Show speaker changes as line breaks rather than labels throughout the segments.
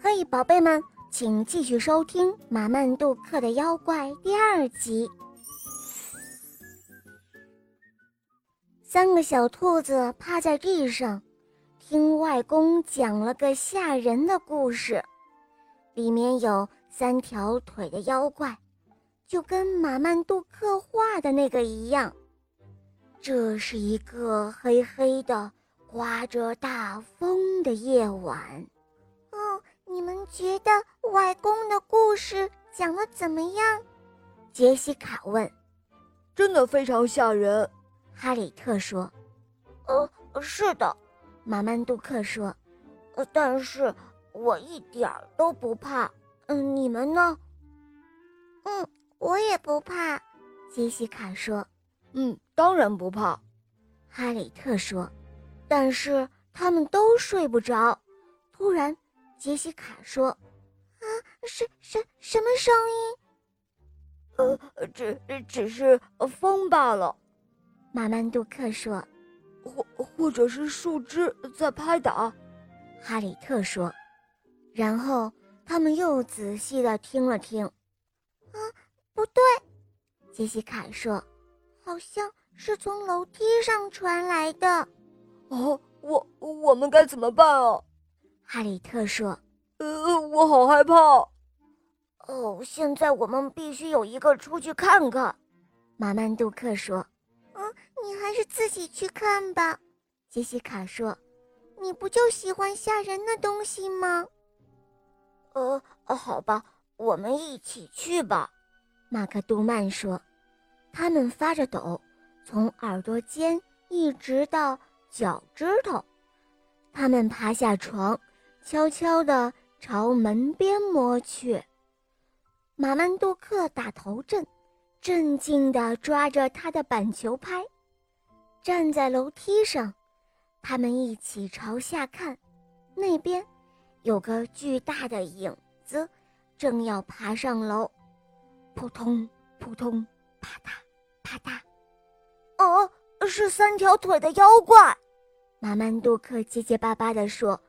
嘿，宝贝们，请继续收听《马曼杜克的妖怪》第二集。三个小兔子趴在地上，听外公讲了个吓人的故事，里面有三条腿的妖怪，就跟马曼杜克画的那个一样。这是一个黑黑的、刮着大风的夜晚。
哦，你们觉得外公的故事讲的怎么样？
杰西卡问。
真的非常吓人，
哈里特说。
呃，是的，
马曼杜克说。
呃，但是我一点儿都不怕。嗯、呃，你们呢？
嗯，我也不怕，
杰西卡说。
嗯，当然不怕，
哈里特说。但是他们都睡不着。突然，杰西卡说：“
啊，是什什么声音？”
呃，只只是风罢了。
马曼杜克说：“
或或者是树枝在拍打。”
哈里特说。然后他们又仔细的听了听。
啊，不对，
杰西卡说：“
好像是从楼梯上传来的。”
哦，我我们该怎么办啊？
哈里特说：“
呃，我好害怕。”
哦，现在我们必须有一个出去看看。”
马曼杜克说。
“嗯，你还是自己去看吧。”
杰西卡说。
“你不就喜欢吓人的东西吗？”“
呃，好吧，我们一起去吧。”
马克杜曼说。他们发着抖，从耳朵尖一直到脚趾头。他们爬下床。悄悄地朝门边摸去。马曼杜克打头阵，镇静地抓着他的板球拍，站在楼梯上。他们一起朝下看，那边有个巨大的影子，正要爬上楼。扑通扑通，啪嗒啪嗒。
哦，是三条腿的妖怪！
马曼杜克结结巴巴地说。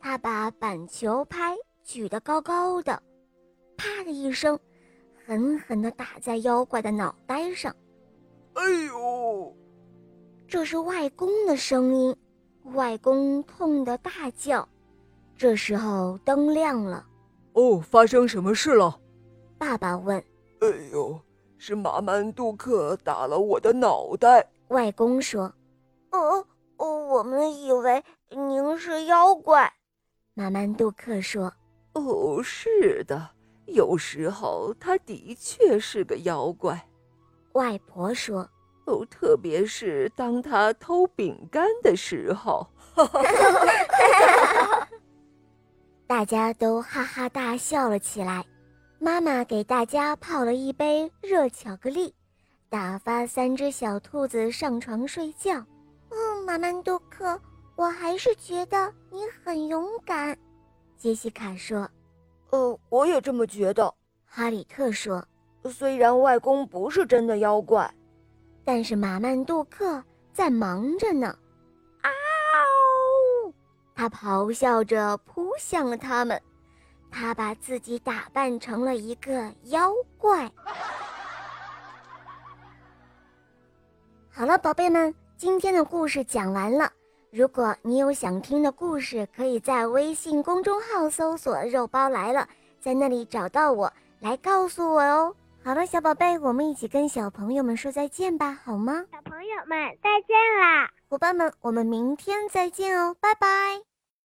他把板球拍举得高高的，啪的一声，狠狠地打在妖怪的脑袋上。
哎呦！
这是外公的声音，外公痛得大叫。这时候灯亮了。
哦，发生什么事了？
爸爸问。
哎呦，是马曼杜克打了我的脑袋。
外公说。
哦，我们以为您是妖怪。
马曼杜克说：“
哦，是的，有时候他的确是个妖怪。”
外婆说：“”
哦，特别是当他偷饼干的时候。
大家都哈哈大笑了起来。妈妈给大家泡了一杯热巧克力，打发三只小兔子上床睡觉。哦
嗯，马曼杜克。我还是觉得你很勇敢，
杰西卡说。
呃，我也这么觉得。
哈里特说。
虽然外公不是真的妖怪，
但是马曼杜克在忙着呢。
啊、哦！
他咆哮着扑向了他们，他把自己打扮成了一个妖怪。好了，宝贝们，今天的故事讲完了。如果你有想听的故事，可以在微信公众号搜索“肉包来了”，在那里找到我，来告诉我哦。好了，小宝贝，我们一起跟小朋友们说再见吧，好吗？
小朋友们再见啦！
伙伴们，我们明天再见哦，拜拜。